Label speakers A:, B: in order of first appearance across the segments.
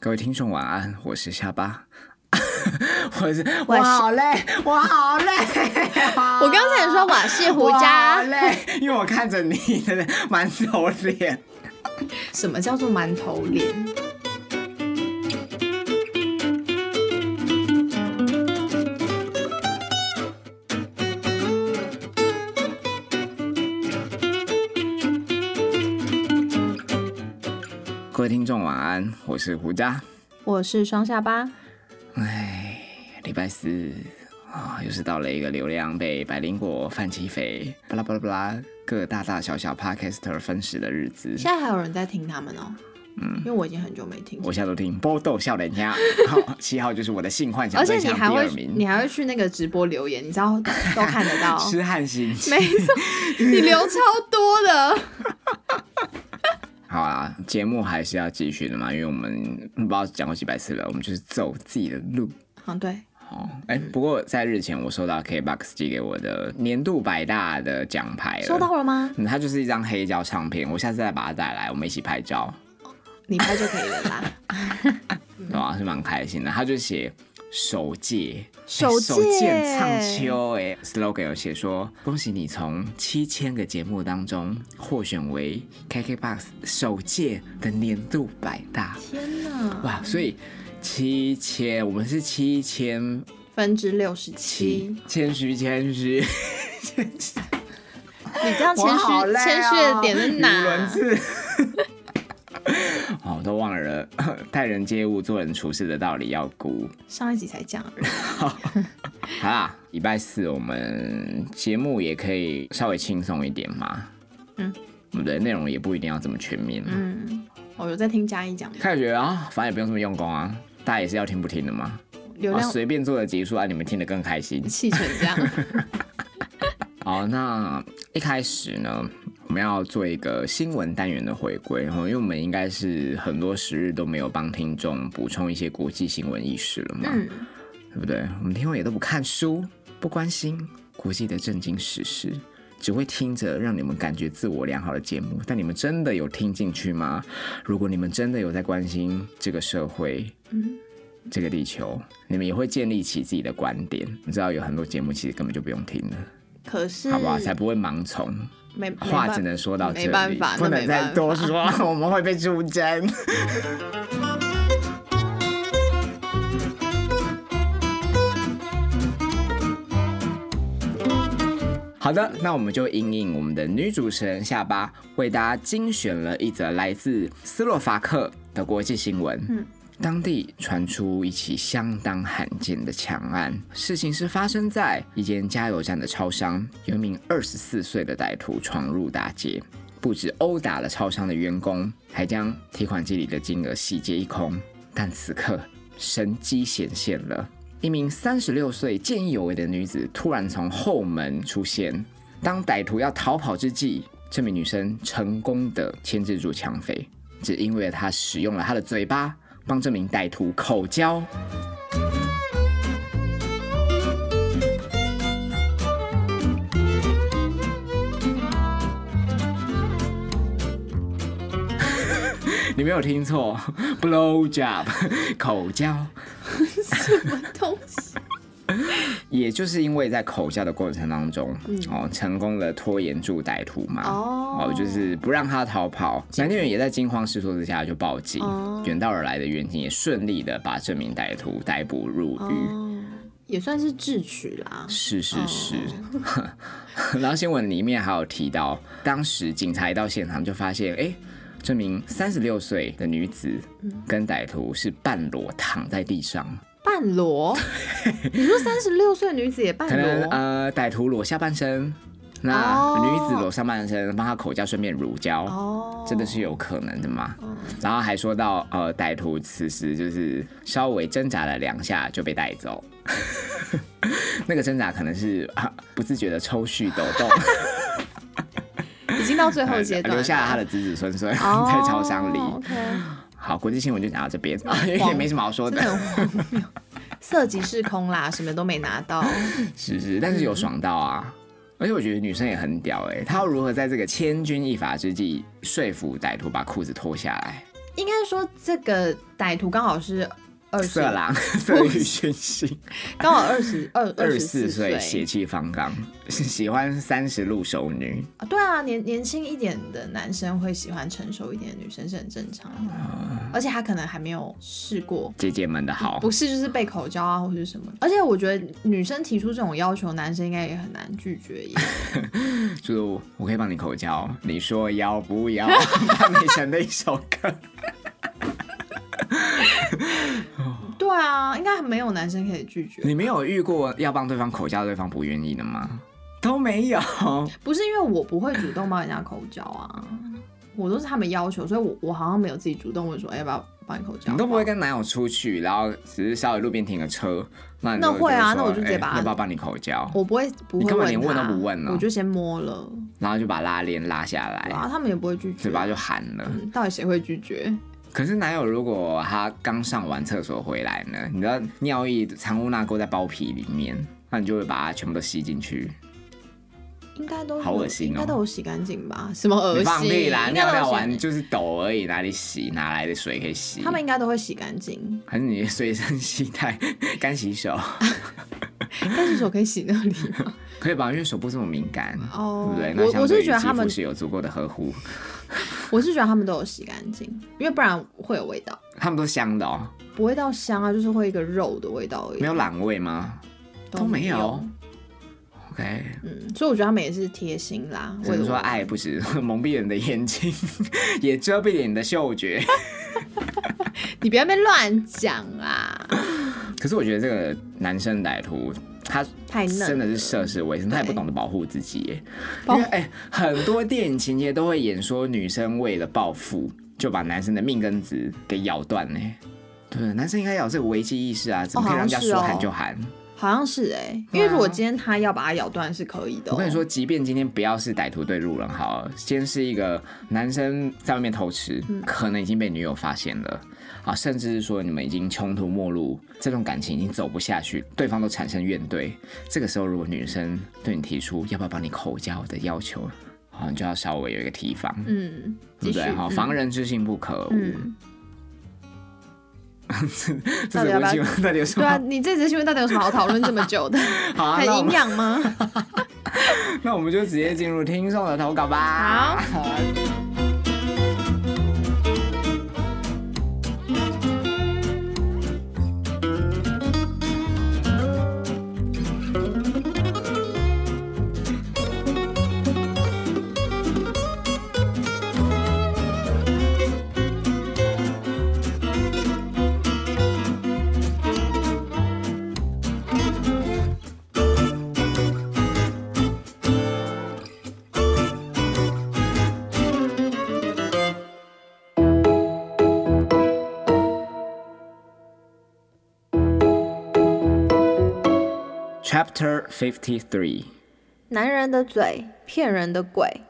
A: 各位听众晚安，我是下巴， 我是
B: 我
A: 我
B: 是
A: 好累，我 好累，啊
B: 我刚才说我是胡
A: 我好
B: 渣，
A: 累，因为我看着你的满头脸。
B: 什么叫做馒头脸？
A: 各位听众晚安，我是胡渣。
B: 我是双下巴，
A: 哎，礼拜四啊、又是到了一个流量被百灵果、范奇斐、巴拉巴拉巴拉各大大小小 podcaster 分食的日子。
B: 现在还有人在听他们哦。嗯，因为我已经很久没听，
A: 我现在都听波豆笑脸家，好七号就是我的性幻想
B: 而且
A: 对
B: 你
A: 象
B: 还
A: 第
B: 会
A: 二
B: 你
A: 名，
B: 还会去那个直播留言，你知 道都看得到。
A: 痴汉心
B: 没错，你留超多的。
A: 好啦，节目还是要继续的嘛，因为我们不知道讲过几百次了，我们就是走自己的路。
B: 嗯，对，
A: 哦，哎、不过在日前我收到 KBox 寄给我的年度百大的奖牌了，
B: 收到了吗？
A: 嗯，它就是一张黑胶唱片，我下次再把它带来，我们一起拍照，
B: 你拍就可以了啦。
A: 对吧？是蛮开心的。它就写手戒，哎
B: 手
A: 手
B: 戒
A: 剑唱秋，哎，slogan 有写说，恭喜你从七千个节目当中获选为 KKBox 首届的年度百大，
B: 天哪，
A: 哇！所以七千，我们是七千
B: 分之六十
A: 七
B: 七，，
A: 谦虚谦虚，
B: 你这样谦
A: 我好
B: 虚
A: 累哦
B: 谦虚的啊点在
A: 语无伦
B: 哪？
A: 次。 哦，都忘了 待人接物、做人处事的道理要顾。
B: 上一集才讲而已。
A: 好啦，礼拜四我们节目也可以稍微轻松一点嘛。
B: 嗯，
A: 我们的内容也不一定要这么全面。
B: 嗯，我有在听嘉义讲的，
A: 开始觉得啊，反正也不用这么用功啊，大家也是要听不听的嘛。
B: 流
A: 啊，
B: 量
A: 随便做的集数啊，你们听得更开心。
B: 气成这样。
A: 好，那一开始呢，我们要做一个新闻单元的回归，哈，因为我们应该是很多时日都没有帮听众补充一些国际新闻意识了嘛，
B: 嗯，
A: 对不对？我们听众也都不看书，不关心国际的震惊时事。只会听着让你们感觉自我良好的节目，但你们真的有听进去吗？如果你们真的有在关心这个社会，
B: 嗯
A: 这个地球，你们也会建立起自己的观点。你知道有很多节目其实根本就不用听了，
B: 可是
A: 好不好？才不会盲从。
B: 嗯没
A: 话只
B: 没办
A: 能说到这里，
B: 没办法
A: 不
B: 那
A: 能
B: 没
A: 再
B: 办
A: 多
B: 法
A: 说，我们会被出征。 好的，那我们就应应我们的女主持人下巴，为大家精选了一则来自斯洛伐克的国际新闻。
B: 嗯
A: 当地传出一起相当罕见的抢案，事情是发生在一间加油站的超商，有一名二十四岁的歹徒闯入大街，不止殴打了超商的员工，还将提款机里的金额洗劫一空。但此刻神机显现了，一名三十六岁见义勇为的女子突然从后门出现，当歹徒要逃跑之际，这名女生成功的牵制住抢匪，只因为她使用了她的嘴巴帮这名歹徒口交。 你没有听错，blow job，口交。
B: 法东西。
A: 也就是因为在口交的过程当中，哦，成功的拖延住歹徒嘛，
B: 嗯哦
A: 就是不让他逃跑。男店员也在惊慌失措之下就报警
B: 哦，
A: 远道而来的远警也顺利的把这名歹徒逮捕入狱。
B: 哦，也算是智取啦。
A: 嗯是是是，
B: 哦
A: 然后新闻里面还有提到，当时警察一到现场就发现，哎、这名三十六岁的女子
B: 嗯
A: 跟歹徒是半裸躺在地上，
B: 半 裸，你说三十六岁女子也半
A: 可能
B: 裸？
A: 呃，歹徒裸下半身，那
B: 哦
A: 女子裸上半身，帮她口交，顺便乳交，
B: 哦，
A: 真的是有可能的嘛？然后还说到呃，歹徒此时就是稍微挣扎了两下就被带走， 那个挣扎可能是、啊、不自觉的抽搐抖 动，
B: 已经到最后阶段，
A: 呃
B: 哦
A: 留下了他
B: 的
A: 的子子孙孙 在超商里。
B: OK，
A: 好，国际新闻就讲到这边，因为 也
B: 荒
A: 没什么好说
B: 真
A: 的
B: 的。很荒谬，色即是空啦，什么都没拿到。
A: 是是，但是
C: 嗯
A: 有爽到啊！而且我觉得女生也欸很屌哎、她要如何在这个千钧一发之际说服歹徒把裤子脱下来？
C: 应该说这个歹徒刚好是二十
A: 色， 狼、色欲熏心，
C: 刚好二十二
A: 二
C: 十
A: 十四
C: 四
A: 岁，血气方刚，喜欢三十路熟女。
C: 啊，对啊，年年轻一点的男生会喜欢成熟一点的女生是很正常的，
A: 嗯
C: 而且他可能还没有试过，
A: 姐姐们的好
C: 不，是就是被口交啊或者是什么。而且我觉得女生提出这种要求，男生应该也很难拒 绝耶。
A: 就是我可以帮你口交，你说要不 要？潘美辰的一首歌，
C: 对啊，应该没有男生可以拒绝。
A: 你没有遇过要帮对方口交，对方不愿意的吗？都没有，
C: 不是因为我不会主动帮人家口交啊，我都是他们要求，所以我我好像没有自己主动问说，哎要不要帮你口交？
A: 你都不会跟男友出去，然后只是稍微路边停个车，那你
C: 那
A: 就
C: 会啊
A: 就说
C: 那我就直接
A: 哎
C: 把他
A: 要不要帮你口交？
C: 我不会不
A: 你
C: 会
A: 根本连
C: 问他，
A: 问都不问哦
C: 我就先摸了，
A: 然后就把拉链拉下
C: 对啊，
A: 来，
C: 他们也不会拒绝，
A: 嘴巴就含了。
C: 嗯到底谁会拒绝？
A: 可是男友如果他刚上完厕所回来呢，你知道尿液藏污纳垢在包皮里面，那你就会把它全部都吸进去。
C: 应该都有
A: 好恶心哦
C: 应该都有洗干净吧？什么恶
A: 你
C: 心？
A: 放屁啦！
C: 应
A: 尿
C: 该都有
A: 尿
C: 洗
A: 完就是抖而已，哪里洗哪来的水可以洗？
C: 他们应该都会洗干净，
A: 还是你随身携带 干洗手，
C: 但是手可以洗那里吗？
A: 可以吧？因为手部这么敏感， 对
C: 哦
A: 不对？那
C: 我我
A: 相对
C: 是
A: 于
C: 觉得
A: 肌
C: 他们
A: 肤，是有足够的呵护，
C: 我是觉得他们都有洗干净，因为不然会有味道，
A: 他们都香的哦，
C: 不会到香啊，就是会一个肉的味道而已，
A: 没有懒味吗
C: 都
A: 没有
C: 有。
A: ？OK，
C: 嗯，所以我觉得他们也是贴心啦。
A: 只
C: 为
A: 能
C: 了
A: 说
C: 我
A: 爱不止 蒙蔽了你的眼睛， 也遮蔽了你的嗅觉。
C: 你不要被乱讲啊啦，
A: 可是我觉得这个男生歹徒，他
C: 太嫩了
A: 真的是涉世未深，他也
C: 对
A: 不懂得保护自己耶。因
C: 保
A: 为哎、很多电影情节都会演说女生为了报复，就把男生的命根子给咬断呢。对，男生应该要有这个危机意识啊，怎么可以让人家
C: 好像是
A: 说
C: 哦
A: 喊就喊？
C: 好像是哎、
A: 对啊
C: 因为如果今天他要把它咬断是可以的、哦
A: 我跟你，说，即便今天不要是歹徒对路人好了，今天是一个男生在外面偷吃，
C: 嗯
A: 可能已经被女友发现了啊，甚至是说你们已经穷途末路，这种感情已经走不下去，对方都产生怨怼。这个时候，如果女生对你提出要不要帮你口交的要求，好，你就要稍微有一个提防，
C: 嗯，
A: 对
C: 继
A: 不
C: 续
A: 对？好，
C: 嗯
A: 防人之心不可无。
C: 嗯，
A: 这是温馨吗？
C: 到底要不要
A: 到底有什
C: 对
A: 么
C: 啊，？你这则新闻到底有什么好讨论这么久的？
A: 好啊，
C: 很
A: 那我
C: 营
A: 们
C: 养吗？
A: 那我们就直接进入听众的投稿吧。好。Chapter Fifty Three。
C: 男人的嘴，骗人的鬼。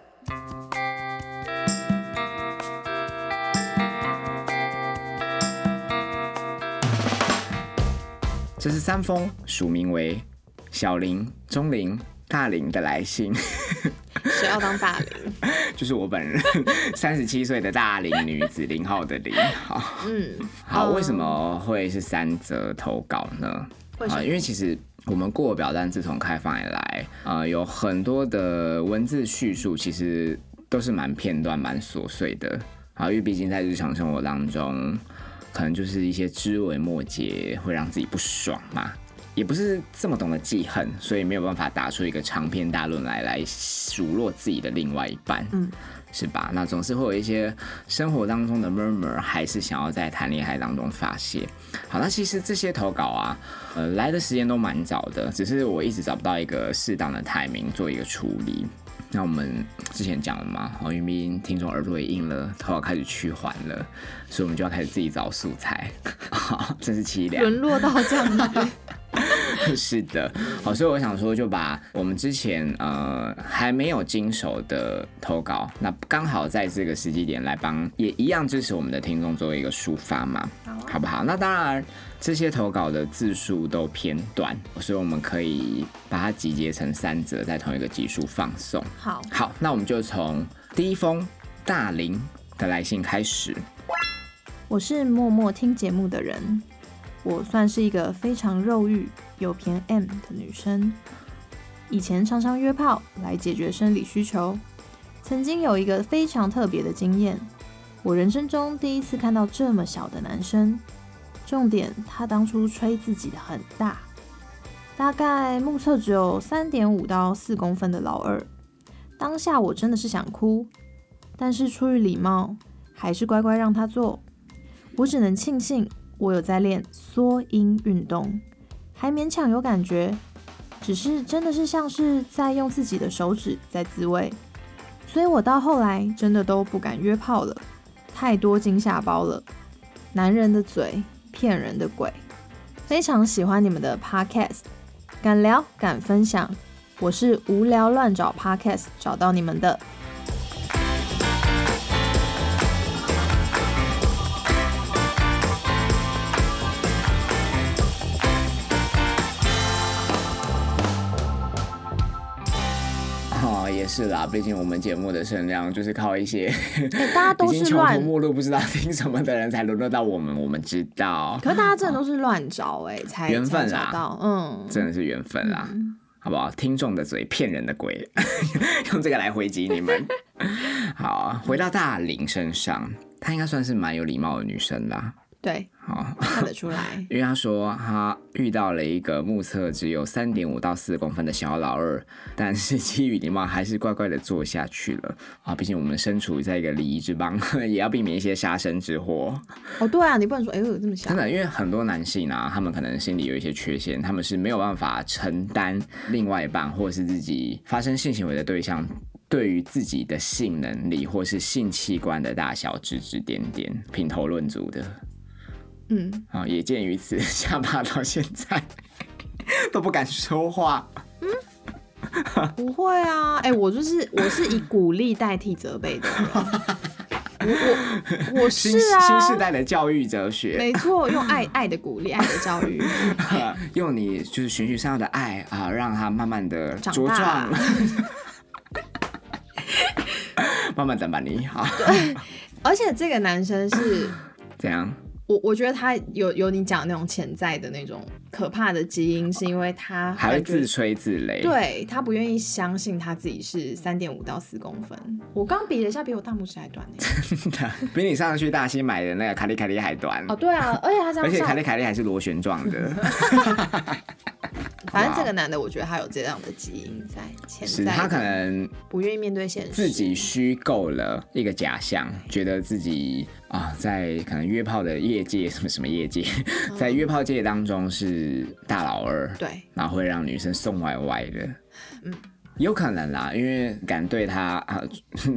A: 这是三封署名为小林、中林、大林的来信，
C: 谁要当大龄？
A: 就是我本人 三十七岁的大龄女子零号的零。好，
C: 嗯，
A: 好，为什么会是三则投稿呢？
C: 为什么
A: 啊因为其实我们过表单自从开放以来，呃，有很多的文字叙述，其实都是蛮片段、蛮琐碎的。啊，因为毕竟在日常生活当中，可能就是一些枝微末节会让自己不爽嘛，也不是这么懂得记恨，所以没有办法打出一个长篇大论来来数落自己的另外一半。
C: 嗯
A: 是吧？那总是会有一些生活当中的 murmur，还是想要在谈恋爱当中发泄。好，那其实这些投稿啊，呃，来的时间都蛮早的，只是我一直找不到一个适当的 timing 做一个处理。那我们之前讲了嘛，好，因为听众耳朵也硬了，投稿开始趋缓了，所以我们就要开始自己找素材， 真是凄凉。
C: 沦落到这样子？
A: 是的，好，所以我想说，就把我们之前呃还没有经手的投稿，那刚好在这个时机点来帮，也一样支持我们的听众做一个抒发嘛，
C: 啊
A: 好不好？那当然，这些投稿的字数都偏短，所以我们可以把它集结成三则，在同一个集数放送。
C: 好，
A: 好，那我们就从第一封大林的来信开始。
C: 我是默默听节目的人，我算是一个非常肉欲又偏 M 的女生。以前常常约炮来解决生理需求，曾经有一个非常特别的经验，我人生中第一次看到这么小的男生。重点，他当初吹自己的很大，大概目测只有三点五到四公分的老二。当下我真的是想哭，但是出于礼貌，还是乖乖让他做。我只能庆幸我有在练缩阴运动，还勉强有感觉，只是真的是像是在用自己的手指在自慰，所以我到后来真的都不敢约炮了，太多惊吓包了。男人的嘴，骗人的鬼。非常喜欢你们的 podcast，敢聊敢分享，我是无聊乱找 podcast 找到你 们的。
A: 哦，也是啦，毕竟我们节目的声量就是靠一些
C: 哎、大家
A: 已
C: 都
A: 经
C: 是
A: 穷途
C: 乱，
A: 末路不知道听什么的人才轮得到我们，我们知道，
B: 可是大家真的都是乱找哎、才
A: 缘分
B: 才
A: 啦
B: 找到，嗯，
A: 真的是缘分啦，好不好？听众的嘴骗人的鬼， 用这个来回击你们。 好，回到大林身上，她应该算是蛮有礼貌的女生啦。
B: 对，
A: 好，，
B: 看得出来
A: 因为他说他遇到了一个目测只有三点五到四公分的小老二，但是基于礼貌还是乖乖的做下去了啊。毕竟我们身处在一个礼仪之邦， 也要避免一些杀身之祸。
B: 哦，对啊，你不能说哎呦有这么小
A: 真，的，因为很多男性啊，他们可能心里有一些缺陷，他们是没有办法承担另外一半或是自己发生性行为的对象。对于自己的性能力或是性器官的大小指指点点、品头论足的，
B: 嗯，
A: 啊，也鉴于此， 下巴到现在 都不敢说话。
B: 不会啊，哎、我就是我是以鼓励代替责备 的人，我我我
A: 新
B: 是
A: 新时
B: 啊，
A: 代的教育哲学，
B: 没错，用爱爱的鼓励，爱的教 育，
A: 用你就是循循善诱的爱啊，让它慢慢的
B: 长
A: 茁
B: 大
A: 壮， 慢慢的把你好，
B: 而且这个男生是。
A: 怎样？
B: 我我觉得他有有你讲的那种潜在的那种可怕的基因，是因为他
A: 还会
B: 感觉
A: 自吹自擂。，
B: 对他不愿意相信他自己是三点五到四公分。我刚比了一下，比我大拇指还短呢、
A: 比你上次去大溪买的那个卡利卡利还短，
B: 哦，对啊， 而且他这
A: 而
B: 样
A: 且卡
B: 上
A: 利，卡利还是螺旋状 的。
B: 反正这个男的，我觉得他有这样的基因在潜
A: 是
B: 在的，
A: 他可能
B: 不愿意面对现实，
A: 自己虚构了一个假象，觉得自己啊，在可能约炮的业界什么什么业界，
B: 嗯
A: 在约炮界当中是大老二，
B: 对
A: 然后会让女生送歪歪的，
B: 嗯
A: 有可能啦，因为敢对他啊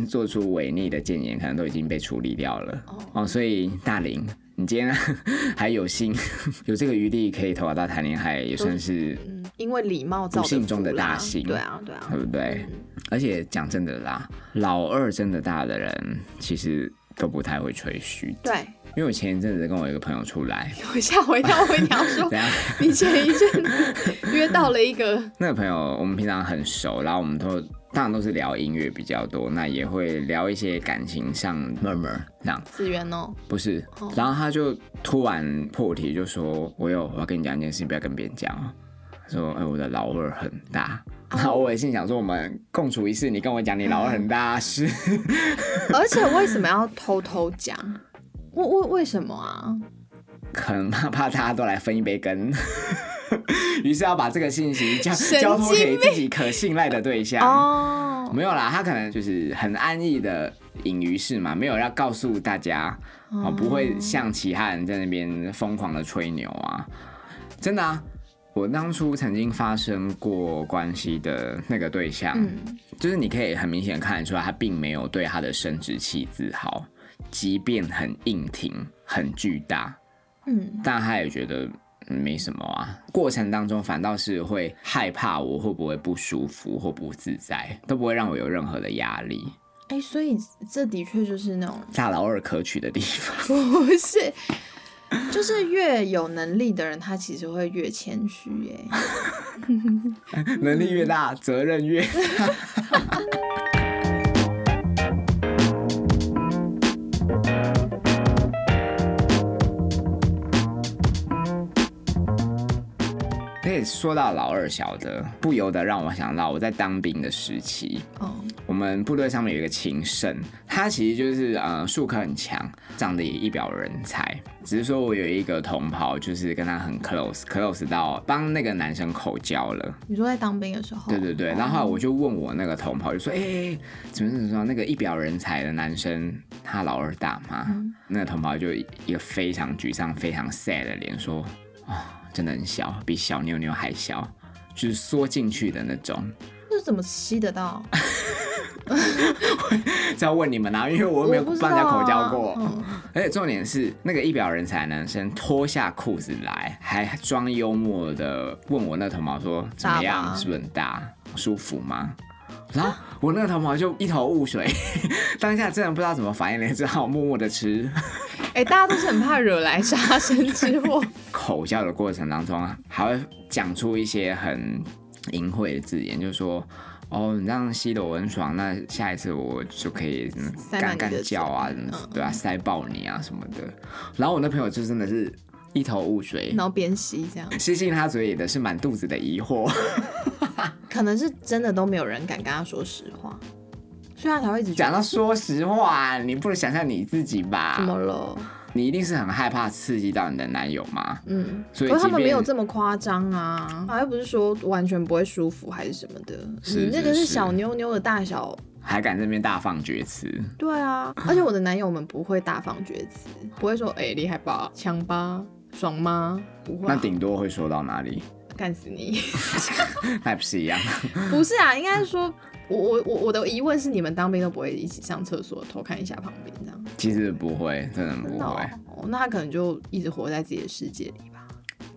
A: 做出违逆的谏言，可能都已经被处理掉了
B: 哦
A: 哦，所以大林。你今天 还有心， 有这个余地可以投稿到谈恋爱，也算是
B: 嗯，因为礼貌造
A: 不幸中的大幸
B: 对啊，对啊
A: 对，不对？
B: 嗯
A: 而且讲真的啦，老二真的大的人其实都不太会吹嘘。，
B: 对。
A: 因为我前一阵子跟我一个朋友出 来，
B: 我吓我一跳，我你要 说
A: 怎样？
B: 你前一阵子约到了一个，
A: 那个朋友我们平常很熟，然后我们都当然都是聊音乐比较多，那也会聊一些感情上 murmur 这样，
B: 子源哦，
A: 不是
B: 哦？
A: 然后他就突然破题，就说：“我有我要跟你讲一件事，不要跟别人讲哦。”他说：“哎、我的老二很大。”
B: 哦
A: 然后我也心想说：“我们共处一室，你跟我讲你老二很大是？
B: 而且为什么要偷偷讲？为为为什么啊？
A: 可能怕怕大家都来分一 杯羹，于是要把这个信息交
B: 神经病
A: 交托给自己可信赖的对象。
B: 哦，
A: 没有啦，他可能就是很安逸的隐于市嘛，没有要告诉大家，哦，不会像其他人在那边疯狂的吹牛啊，真的啊。我当初曾经发生过关系的那个对象，
B: 嗯，
A: 就是你可以很明显看得出来，他并没有对他的生殖器自豪，即便很硬挺、很巨大，
C: 嗯，
A: 但他也觉得、嗯没什么啊。过程当中反倒是会害怕我会不会不舒服或不自在，都不会让我有任何的压力。
B: 哎、所以这的确就是那种
A: 大老二可取的地方，
B: 不是，就是越有能力的人，他其实会越谦虚耶。
A: 能力越大，责任越…… 为说到老二小的，不由得让我想到我在当兵的时期，
C: 哦，
A: 我们部队上面有一个情圣，他其实就是呃术科很强，长得也一表人才。只是说我有一个同袍，就是跟他很 close，close 到帮那个男生口交了。
C: 你说在当兵的时候，哦
A: 对对对，然后后来我就问我那个同袍，就说：“哎、欸，怎么怎么怎么，那个一表人才的男生，他老二大吗？”
C: 嗯
A: 那个同袍就一个非常沮丧、非常 sad 的脸说：“啊、真的很小，比小妞妞还小，就是缩进去的那种。
C: 这怎么吸得到？
A: 这要问你们啊，因为我又没有
C: 不知
A: 帮人家口
C: 道
A: 交
C: 啊
A: 过。
C: 嗯
A: 而且重点是，那个一表人才的男生脱下裤子来，还装幽默的问我那头毛说：“怎么
C: 大吗
A: 样？是不是很大？舒服吗？”然后我那个头毛就一头雾水， 当下真的不知道怎么反应了，只好默默的吃。
C: 哎、大家都是很怕惹来杀身之 祸。
A: 口交的过程当中，啊还会讲出一些很淫秽的字眼，就说。哦，你这样吸的我很爽，那下一次我就可以嗯
C: 塞满
A: 干
C: 你
A: 干
C: 的
A: 叫啊，
C: 嘴
A: 嗯对啊，塞爆你啊什么的。然后我那朋友就真的是一头雾水，
C: 然后边吸这样，
A: 吸进他嘴里的是满肚子的疑 惑。
C: 可能是真的都没有人敢跟他说实话，所以他才会一直觉
A: 讲
C: 得
A: 到说实话，你不能想象你自己吧
C: 怎？么了？
A: 你一定是很害怕刺激到你的男友嘛？
C: 嗯，
A: 所以
C: 可是他
A: 即
C: 们没有
A: 便
C: 这么夸张啊，他又不是说完全不会舒服还是什么的，嗯
A: 是
C: 你那个
A: 是是
C: 是小妞妞的大小。
A: 还敢这边大放厥词，
C: 对啊，而且我的男友们不会大放厥词，不会说哎厉、害吧、强吧、爽吗？不会
A: 那
C: 啊、
A: 顶多会说到哪里？
C: 干死你！
A: 那不是一样？
C: 不是啊，应该
A: 嗯
C: 是说，我我我我的疑问是，你们当兵都不会一起上厕所偷看一下旁边这样？
A: 其实不会，真的不
C: 真的哦
A: 会，
C: 哦那他可能就一直活在自己的世界里吧，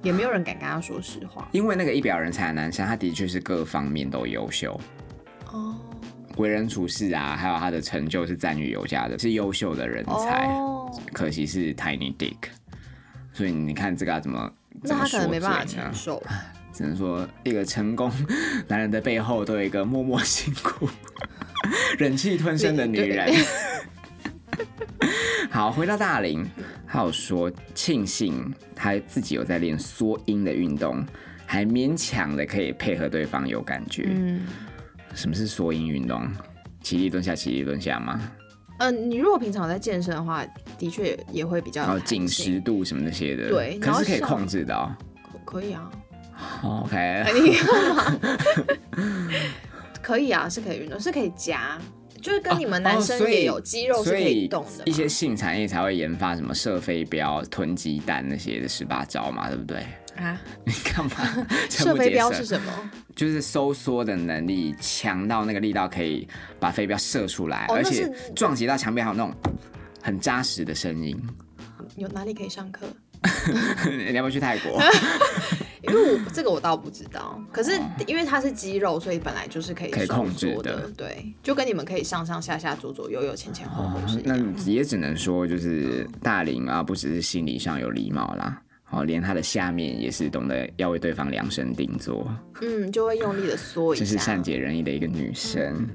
C: 也没有人敢跟他说实 话。
A: 因为那个一表人才的男生，他的确是各方面都优秀。
C: 哦，
A: 为人处事啊，还有他的成就是赞誉有加的，是优秀的人才。
C: 哦，
A: 可惜是 Tiny Dick，所以你看这个要怎么怎
C: 那
A: 么啊
C: 他
A: 说
C: 可能没办法
A: 罪呢
C: 承受。
A: 只能说一个成功 男人的背后都有一个默默辛苦、 忍气吞声的女人。 好，回到大龄，他有说庆幸他自己有在练缩阴的运动，还勉强的可以配合对方有感觉。
C: 嗯，
A: 什么是缩阴运动？起立蹲下，起立蹲下吗？
C: 呃，你如果平常在健身的话，的确也也会比较
A: 然后
C: 有弹性
A: 紧实度什么那些的，
C: 对
A: 可
C: 然后
A: 是可以
C: 像
A: 控制的哦。
C: 可以啊，
A: 哦 OK，
C: 哎你干嘛？可以啊，是可以运动，是可以夹，就是跟你们男
A: 哦
C: 生
A: 所以
C: 也有肌肉是
A: 所
C: 可
A: 以
C: 动的嘛。
A: 一些性产业才会研发什么射飞镖、囤积弹那些的十八招嘛，对不对？
C: 啊，
A: 你干嘛？瞠
C: 射
A: 目
C: 飞
A: 结
C: 镖
A: 舌
C: 是什么？
A: 就是收缩的能力强到那个力道可以把飞镖射出来，
C: 哦
A: 而
C: 那
A: 且
C: 是
A: 撞击到墙壁还有那种很扎实的声音。
C: 有哪里可以上课？
A: 你要不要去泰 国？
C: 因为我这个我倒不知道，可是因为它是肌肉，所以本来就是可以
A: 哦可以
C: 收
A: 控制
C: 缩
A: 的
C: 的，对，就跟你们可以上上下下、左左右右、前前后后是一
A: 哦那
C: 样。
A: 也只能说就是大龄啊，不只是心理上有礼貌啦，哦，连他的下面也是懂得要为对方量身定做。
C: 嗯，就会嗯用力的缩一下。
A: 就是善解人意的一个女生。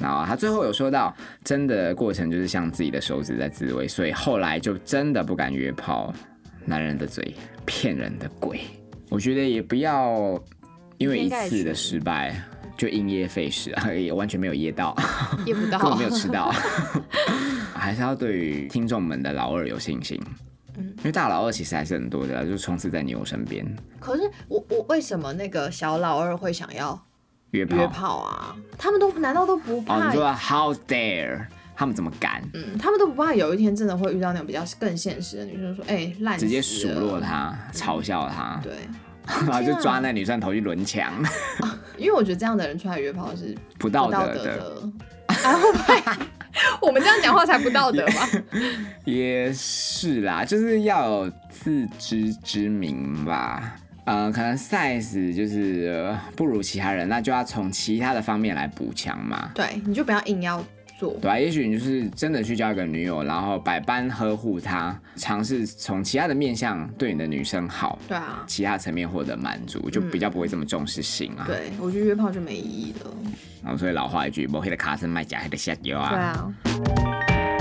A: 然后她最后有说到，真的过程就是像自己的手指在自慰，所以后来就真的不敢约炮。男人的嘴，骗人的鬼。我觉得也不要因为一次的失败就因噎废食， 也完全没有噎到，
C: 也不
A: 根本
C: 到
A: 没有吃 到。还是要对于听众们的老二有信心，
C: 嗯
A: 因为大老二其实还是很多的，啊就是冲刺在女友身边
C: 可是我我为什么那个小老二会想要
A: 约炮。
C: 约炮啊？他们都难道都不
A: 哦，
C: 怕
A: 你？说 How dare？他们怎么敢？
C: 嗯，他们都不怕有一天真的会遇到那种比较更现实的女生说，哎、烂死
A: 直接
C: 了嗯
A: 数落。他，嘲笑 他，
C: 对，
A: 然后就
C: 天啊
A: 抓那女生头去轮墙，
C: 因为我觉得这样的人出来约炮是
A: 不
C: 不
A: 道
C: 道
A: 德
C: 德
A: 的，
C: 的。 哎，会不会 我们这样讲话才不道德吧？
A: 也是啦，就是要有自知之明吧。呃，可能 size 就是、呃不如其他人，那就要从其他的方面来补强嘛。
C: 对，你就不要硬要做。
A: 对啊，也许你就是真的去交一个女友，然后百般呵护她，尝试从其他的面向对你的女生好，
C: 对啊，
A: 其他层面获得满足，就比较不会这么重视性啊。
C: 嗯对我觉得约炮就没意义了。
A: 然后所以老话一句，摸黑的卡森卖假黑的下油啊。
C: 对啊，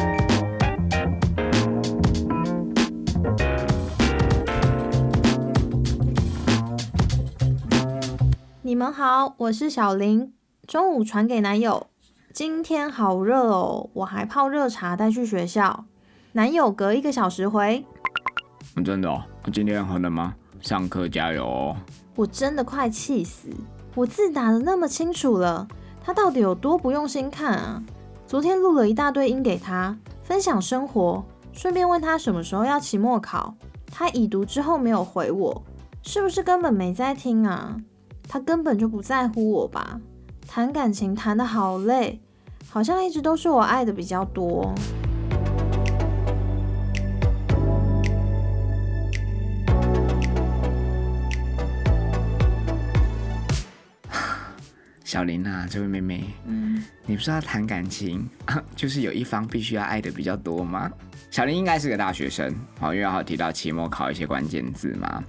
C: 们好，我是小林。中午传给男友，今天好热哦，我还泡热茶带去学校。男友隔一个小时回，
A: 嗯真的哦，今天很冷吗？上课加油哦！
C: 我真的快气死！我字打的那么清楚了，他到底有多不用心看啊？昨天录了一大堆音给他，分享生活，顺便问他什么时候要期末考。他已读之后没有回我，是不是根本没在听啊？他根本就不在乎我吧？谈感情谈得好累，好像一直都是我爱的比较多。
A: 小林啊，这位妹妹，
B: 嗯，
A: 你不是要谈感情， 就是有一方必须要爱的比较多吗？小林应该是个大学生，好，因为好提到期末考一些关键字嘛。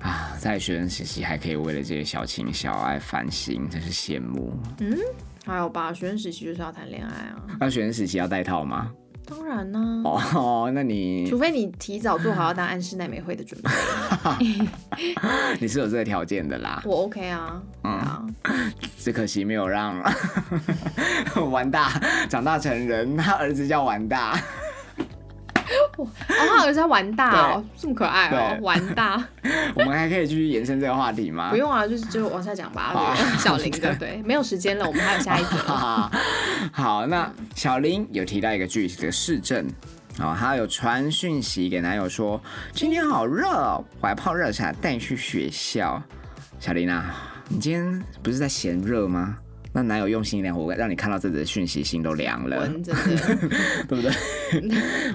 A: 啊，在学生时期还可以为了这些小情小爱烦心，真是羡慕。
B: 还有哎吧，学生时期就是要谈恋爱啊，
A: 那学生时期要戴套吗？
B: 当然啦、
C: 啊
A: 哦， 那你
B: 除非你提早做好要当暗室奈美惠的准备，
A: 你是有这个条件的啦，
B: 我 OK 啊，
A: 嗯
B: 对啊，
A: 只可惜没有让 完大长大成人，他儿子叫完大。
B: 哦，他儿子叫完大哦，这么可爱哦，
A: 对
B: 完大，
A: 我们还可以继续延伸这个话题吗？
B: 不用啊，就是就往下讲吧，
A: 好
B: 对小林的，对，没有时间了，我们还有下一则，
A: 哈哈， 好，那小林有提到一个具体的市政。哦，她有传讯息给男友说，今天好热哦，我还泡热茶带你去学校。小林啊，你今天不是在嫌热吗？那男友用心良苦，让你看到这则讯息，心都凉了，
B: 文真的
A: 对不对？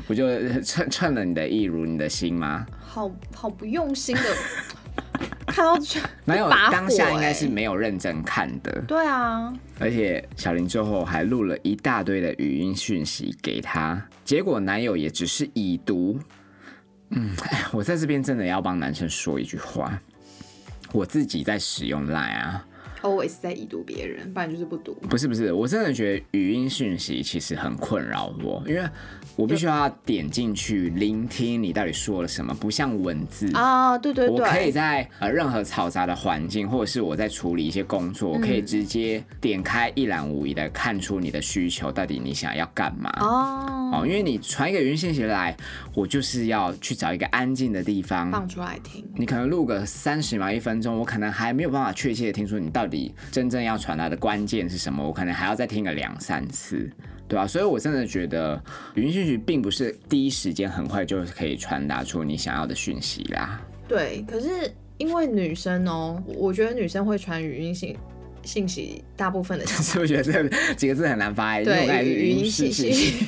A: 不就趁趁了你的意，如你的心吗？
B: 好好不用心的，看到 就
A: 男友
B: 发火
A: 当下应该是
B: 欸
A: 没有认真看的，
B: 对啊，
A: 而且小林最后还录了一大堆的语音讯息给他，结果男友也只是已读。嗯， 哎，我在这边真的要帮男生说一句话，我自己在使用 Line 啊，
B: always 在已读别人，不然就是不读。
A: 不是不是，我真的觉得语音讯息其实很困扰我，因为我必须要点进去聆听你到底说了什么，不像文字
B: 啊，对对
A: 嗯我可以
B: 对，
A: 在呃任何嘈杂的环境，或者是我在处理一些工
B: 嗯
A: 作，我可以直接点开一览无遗的看出你的需求，到底你想要干嘛。
B: 哦，
A: 哦，因为你传一个语音信息来，我就是要去找一个安静的地方。
B: 放出来听，
A: 你可能录个三十秒、一分钟，我可能还没有办法确切的听出你到底真正要传达的关键是什么，我可能还要再听个两三次，对吧、所以我真的觉得语音讯息并不是第一时间很快就可以传达出你想要的讯息啦。
B: 对。可是因为女生哦，我我觉得女生会传语音信信息，大部分的
A: 是不是觉得这几个字很难发欸音？因为我刚才
B: 对
A: 是
B: 语
A: 语
B: 音
A: 信
B: 信
A: 息。
B: 息。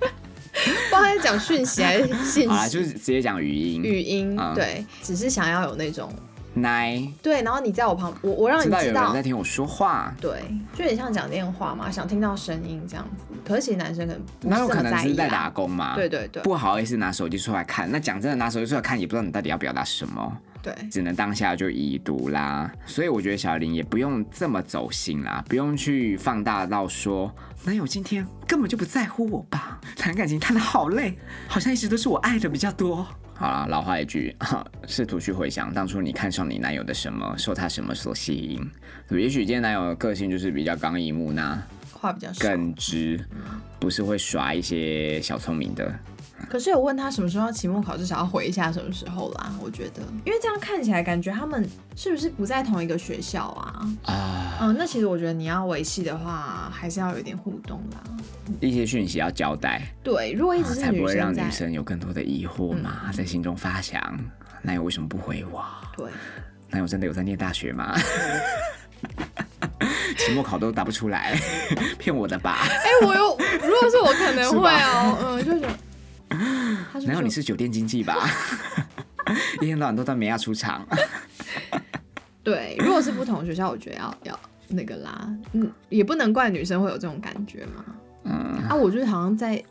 B: 不知道他在讲讯息还是信
A: 好啦，
B: 息，
A: 就是直接讲语音。
B: 语音
A: 啊
B: 对，只是想要有那种
A: 奶，
B: 对，然后你在我旁，我我让你
A: 知道有
B: 知
A: 人
B: 道
A: 在，听我说话，
B: 对，就很像讲电话嘛，想听到声音这样子。可是其实男生可能不
A: 那有
B: 是
A: 可
B: 这么
A: 能
B: 在
A: 是
B: 意
A: 在打
B: 啊，
A: 工嘛？
B: 对。对对
A: 不好意思，拿手机出来看。那讲真的，拿手机出来看，也不知道你到底要表达什么，
B: 对，
A: 只能当下就已读啦。所以我觉得小林也不用这么走心啦，不用去放大到说男友今天根本就不在乎我吧， 谈感情谈的好累，好像一直都是我爱的比较多。好啦，老话一句，试图去回想当初你看上你男友的什么，受他什么所吸引。对也许今天男友的个性就是比较刚毅木讷、
B: 话比较少。
A: 耿直，不是会耍一些小聪明的。
B: 可是有问他什么时候要期末考，至少要回一下什么时候啦。我觉得，因为这样看起来感觉他们是不是不在同一个学校啊？
A: 啊，
B: 嗯，那其实我觉得你要维系的话，还是要有一点互动啦。
A: 一些讯息要交代，
B: 对，如果一直是
A: 啊才
B: 啊
A: 不
B: 女
A: 会让
B: 生在，嗯
A: 女生有更多的疑惑嘛，在心中发想，男友为什么不回我？
B: 对，
A: 男友真的有在念大学吗？ 期末考都答不出来， 骗我的吧？
B: 哎、我有，如果是我可能
A: 是
B: 会
A: 吧
B: 哦、嗯，就是 他是
A: 男友
B: 不
A: 你
B: 是
A: 是酒店经济吧？ 一天到晚都在美亚出场，
B: 对，如果是不同学校，我觉得要要那个啦，嗯，也不能怪女生会有这种感觉嘛。
A: 嗯。哦
B: 啊，我就是好像在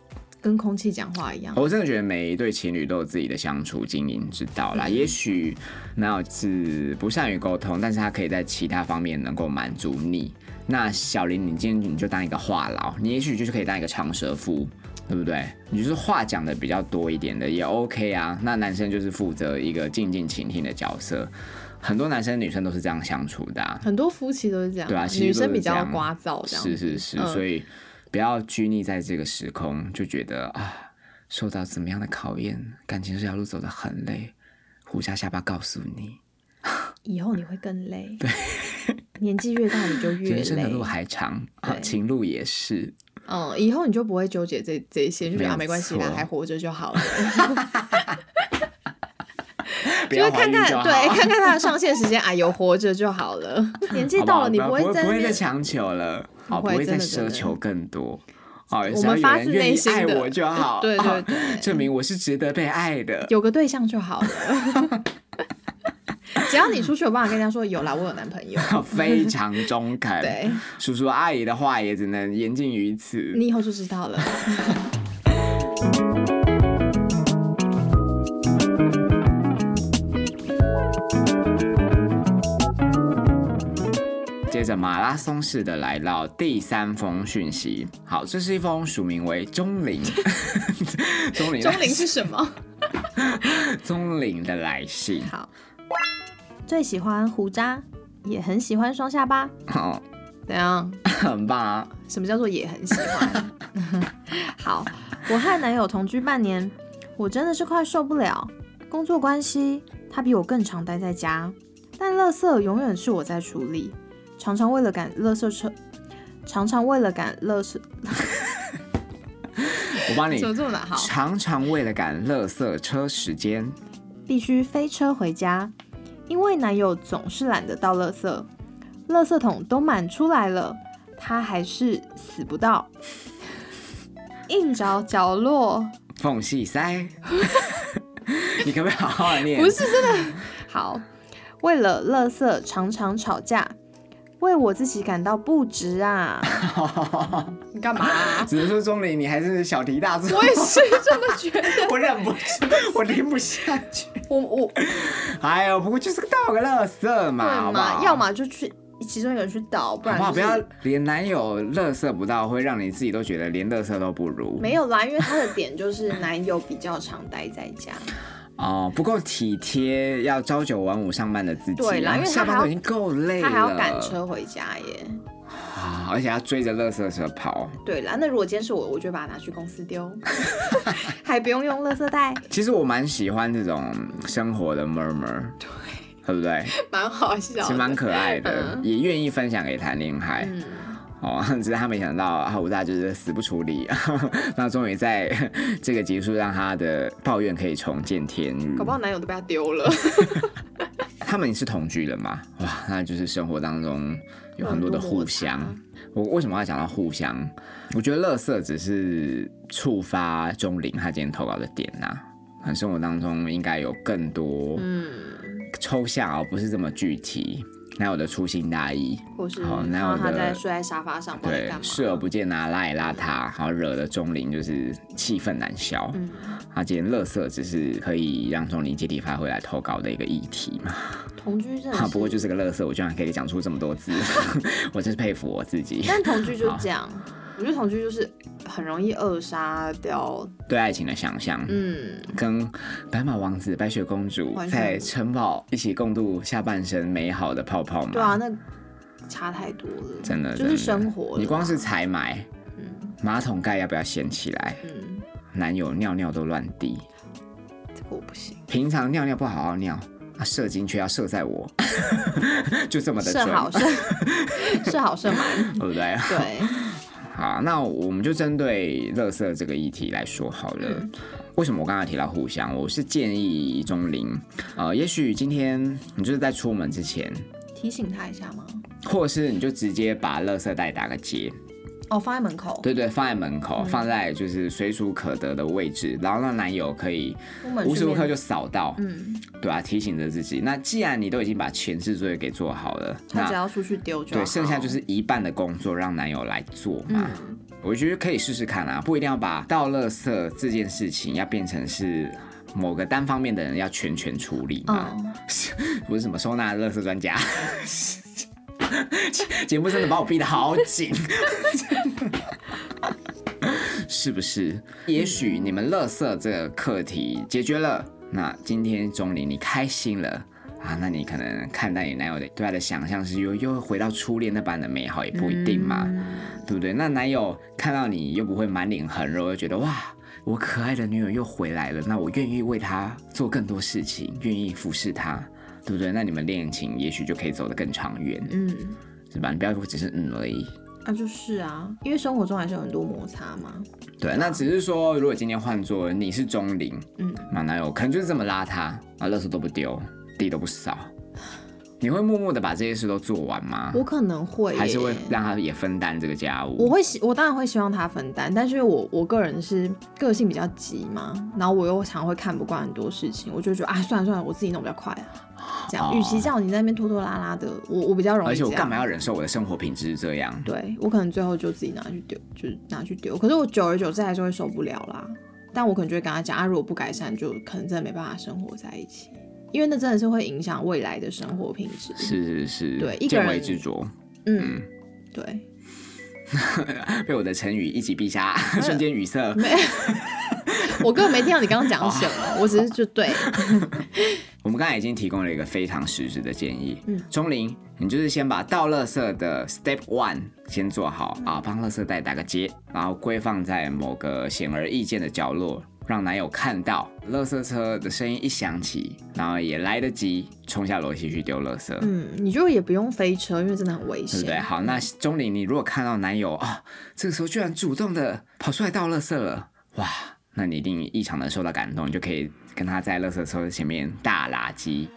B: 跟空气讲话一样。
A: 我真的觉得每一对情侣都有自己的相处经营之道啦。也许男友是不善于沟通，但是他可以在其他方面能够满足你。那小林，你今天你就当一个话痨，你也许就是可以当一个长舌妇，对不对？你就是话讲的比较多一点的也 OK 啊。那男生就是负责一个静静倾听的角色。很多男生女生都是这样相处的、啊，
B: 很多夫妻都是这样，
A: 对啊，其实
B: 女
A: 都
B: 生
A: 是
B: 比
A: 这
B: 较
A: 样
B: 聒噪这样子，
A: 是是是，
B: 嗯
A: 所以不要拘泥在这个时空，就觉得啊，受到怎么样的考验，感情这条路走得很累。虎下下巴告诉你，
C: 以后你会更累。对，年纪越大 你就越
A: 人生的路
C: 累。
A: 还长，啊，
C: 对
A: 情路也是。
B: 嗯，以后你就不会纠结这这一些，就觉
A: 没
B: 得
A: 有
B: 啊没关系啦
A: 错，
B: 还活着就好了，
A: 不
B: 就
A: 要
B: 是
A: 怀
B: 看
A: 孕
B: 看
A: 就好
B: 对， 看看他的上线时间，哎有活着就好了。
C: 年纪
A: 好不
C: 到
A: 好
C: 了，你
A: 不
C: 会
A: 不
C: 在那
A: 会再
C: 边
A: 强 求了，
B: 不
A: 好，不
B: 会
A: 会再
B: 真的
A: 奢
B: 真的
A: 求更多。好，
B: 我
A: 只要
B: 们
A: 有
B: 发
A: 人
B: 自
A: 愿
B: 内
A: 意
B: 心
A: 爱
B: 的
A: 我就好，
B: 对对
A: 啊
B: 对
A: 证明我是值得被爱的。
C: 有个对象就好了。
B: 只要你出去，我办法跟人家说有啦，我有男朋友。
A: 非常中 肯，
B: 对，
A: 叔叔阿姨的话也只能言尽于此。
B: 你以后就知道了。
A: 接着马拉松式的来到第三封讯息，好，这是一封署名为钟灵， 钟灵，
B: 钟灵是什么？
A: 钟灵的来信。
B: 好，
C: 最喜欢胡渣，也很喜欢双下巴。
A: 哦，
B: 怎样？
A: 很棒啊！
B: 什么叫做也很喜欢？
C: 好，我和男友同居半年，我真的是快受不了。工作关系，他比我更常待在家，但垃圾永远是我在处理，常常为了赶垃圾车，常常为了赶垃圾，
A: 我帮你
B: 怎么这么难？好，
A: 常常为了赶垃圾车时间，
C: 必须飞车回家，因为男友总是懒得倒垃圾，垃圾桶都满出来了，他还是死不倒，硬找角落。
A: 缝隙塞。 你可不可以好好地念？
B: 不是真的。
C: 好，为了垃圾常常吵架，为我自己感到不值啊！
B: 你干嘛啊、
A: 只是说钟灵，你还是小题大 做
B: 我。也是这么觉得。
A: 我忍不住，我听不下去。
B: 我 我
A: 哎呦，不过就是个倒个垃圾嘛，好
C: 对
A: 不
C: 嘛，
A: 好？
C: 要么就去其中有人去倒，不
A: 好
C: 然、
A: 不
C: 就
A: 好？
C: 是、
A: 不要连男友乐色不到，会让你自己都觉得连乐色都不如。
C: 没有啦，因为他的点就是男友比较常待在 家，
A: 哦，不够体贴，要朝九晚五上班的自己，
C: 对啦
A: 然后
C: 因为他
A: 下班
C: 还要
A: 都已经够累了，
C: 他还要赶车回家耶。
A: 啊，而且要追着乐色车跑。
C: 对啦，那如果今天是我，我就会把它拿去公司丢， 还不用用垃圾袋。
A: 其实我蛮喜欢这种生活的 murmur，对，对不 对？
B: 蛮好笑
A: 其实蛮
B: 的。
A: 可爱的，也愿意分享给谈恋爱。
C: 嗯，
A: 哦， 只是他没想到啊，武大就是死不处理， 那终于在这个结束让他的抱怨可以重见天日。
B: 搞不好男友都被他丢 了，
A: 他们是同居了嘛？哇，那就是生活当中有很多的互相
B: 很多。
A: 我为什么要讲到互相？我觉得垃圾只是触发钟灵他今天投稿的点呐、可能生活当中应该有更多
B: 嗯，
A: 抽象哦而、不是这么具体。哪有的粗心大意？
C: 或是
A: 好
C: 看
A: 那
C: 到
A: 我
C: 他
A: 的
C: 在睡在沙发上，不知道在
A: 对
C: 干，嘛。
A: 视而不见啊，邋里邋遢，然后惹得钟灵就是气愤难消。
C: 嗯，
A: 他今天垃圾只是可以让钟灵借题发挥来投稿的一个议题嘛？
C: 同居真的，
A: 啊，不过就是是个乐色，我居然可以讲出这么多字， 我真是佩服我自己。
C: 但同居就是这样。我觉得同居就是很容易扼杀掉
A: 对爱情的想象，
B: 嗯，
A: 跟白马王子、白雪公主
C: 完全
A: 在城堡一起共度下半生美好的泡泡嘛？
C: 对啊，，那差太多了，
A: 真的
C: 就是
A: 真的
C: 生活了。
A: 你光是采买，
C: 嗯
A: 马桶盖要不要掀起来？
C: 嗯，
A: 男友尿尿都乱滴，
C: 这个我不行，
A: 平常尿尿不好好尿，啊，射精却要射在我， 就这么的
C: 设
A: 准，
C: 好设设好设满，
A: 对不对？
C: 对，
A: 好，那我们就针对垃圾这个议题来说好了。
C: 嗯
A: 为什么我刚刚提到互相？我是建议钟林，呃，也许今天你就是在出门之前，
C: 提醒他一下吗？
A: 或是你就直接把垃圾袋打个结，
C: 哦，放在门口，
A: 对对，放在门
C: 嗯
A: 口，放在就是随处可得的位置，然后让男友可以
C: 出门
A: 无时无刻就
C: 就
A: 扫到，
C: 嗯，
A: 对吧、提醒着自己。那既然你都已经把前置作业给做好了，
C: 他只
A: 那
C: 要出去丢哦就好
A: 对，剩下就是一半的工作让男友来做嘛。
C: 嗯，
A: 我觉得可以试试看啊，不一定要把倒垃圾这件事情要变成是某个单方面的人要全权处理嘛，
C: 嗯，
A: 不是什么收纳垃圾专家。节目真的把我逼得好紧， 是不是？也许你们垃圾这个课题解决了，那今天钟林你开心了，啊，那你可能看待你男友的对他的想象是又又回到初恋那般的美好，也不一定嘛，对不对？那男友看到你又不会满脸横肉，又觉得哇，我可爱的女友又回来了，那我愿意为她做更多事情，愿意服侍她，对不对？那你们恋情也许就可以走得更长远，
C: 嗯，
A: 是吧？你不要只是嗯而已。
C: 那、就是啊，因为生活中还是有很多摩擦嘛。
A: 对，啊那只是说，如果今天换做你是钟灵，
C: 嗯，
A: 马男友可能就是这么邋遢啊，垃圾都不丢，地都不扫，你会默默的把这些事都做完吗？
C: 我可能会耶
A: 还是会让他也分担这个家务？
C: 我会希，我当然会希望他分担，但是因为我我个人是个性比较急嘛，然后我又常会看不惯很多事情，我就觉得啊，算了算了，我自己弄比较快啊。这
A: 哦
C: 样，与其叫你在那边拖拖拉拉的，我我比较容易
A: 而且我
C: 这样
A: 干嘛要忍受我的生活品质是这样？
C: 对我可能最后就自己拿去丢，就是拿去丢。可是我久而久之还是会受不了啦。但我可能就会跟他讲啊，如果不改善，就可能真的没办法生活在一起，因为那真的是会影响未来的生活品质。，
A: 是是是，
C: 对一个
A: 见
C: 人
A: 微知著，
C: 嗯，对，
A: 被我的成语一击必 杀，
C: 有
A: 瞬间语塞。
C: 没，我根本没听到你刚刚讲什
A: 哦
C: 么，我只是就对，
A: 我们刚才已经提供了一个非常实质的建议，
C: 嗯
A: 钟林，你就是先把倒垃圾的 step one 先做好啊，帮垃圾袋打个结，然后规放在某个显而易见的角落，让男友看到，垃圾车的声音一响起，然后也来得及冲下楼梯去丢垃圾。
C: 嗯，你就也不用飞车，因为真的很危
A: 对
C: 险。
A: 不对？好，那钟林，你如果看到男友啊、这个时候居然主动的跑出来倒垃圾了，哇，那你一定异常的受到感动，你就可以跟他在垃圾车前面大垃圾。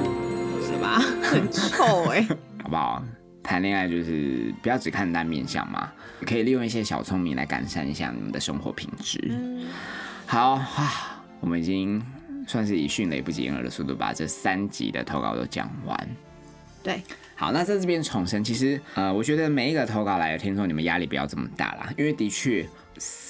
A: 嗯
C: 是吧？很臭哎、
A: 好不好？谈恋爱就是不要只看单面相嘛，可以利用一些小聪明来改善一下你们的生活品质。
C: 嗯
A: 好啊，我们已经算是以迅雷不及掩耳的速度把这三集的投稿都讲完。
C: 对，
A: 好，那在这边重申，其实呃，我觉得每一个投稿来的听众，你们压力不要这么大啦，因为的确，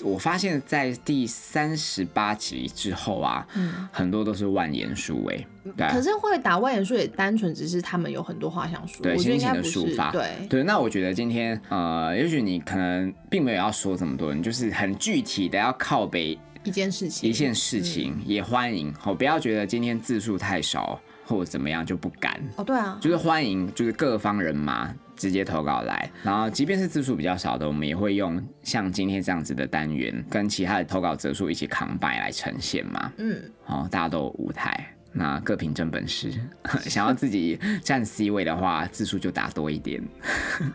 A: 我发现在第三十八集之后啊，
C: 嗯。
A: 很多都是万言书诶、对啊
C: 可是会打外眼书也单纯只是他们有很多话想说，
A: 对
C: 我觉得应该不
A: 心情的抒
C: 是
A: 发
C: 对，
A: 对，那我觉得今天呃，也许你可能并没有要说这么多，你就是很具体的要靠北
C: 一件事情，
A: 一件事情，也欢迎哦，不要觉得今天字数太少或者怎么样就不敢，
C: 哦，对啊，
A: 就是欢迎就是各方人马。直接投稿来，然后即便是字数比较少的，我们也会用像今天这样子的单元，跟其他的投稿者数一起扛白来呈现嘛。
C: 嗯，
A: 哦，大家都有舞台，那各凭真本事。 想要自己占 C 位的话，字数就打多一点。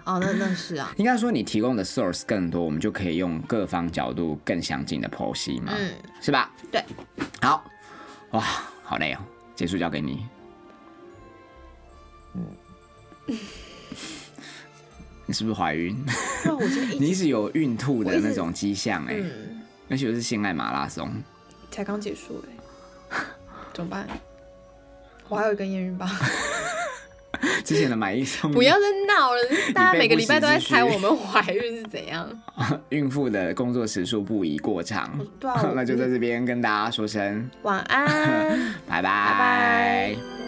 C: 哦，那那 是啊，
A: 应该说你提供的 source 更多，我们就可以用各方角度更详尽的剖析嘛，
C: 嗯，
A: 是吧？
C: 对。
A: 好，哇，好累哦，结束交给你。
C: 嗯
A: 你是不是怀 孕？
C: 不然我真的一
A: 你一
C: 直
A: 直有孕吐
C: 我
A: 的
C: 一直
A: 那种迹象哎、
C: 嗯，
A: 而且我是性爱马拉松，
C: 才刚 结束哎，怎么办？我还有一根验 孕棒，
A: 之前的买一送一，
C: 不要再闹了！大家每个礼拜都在猜
A: 你被
C: 我们怀孕是怎样。
A: 孕妇的工作时数不宜过长。
C: 对啊我
A: 那就在这边跟大家说声
C: 晚安。
A: 拜拜。
C: 拜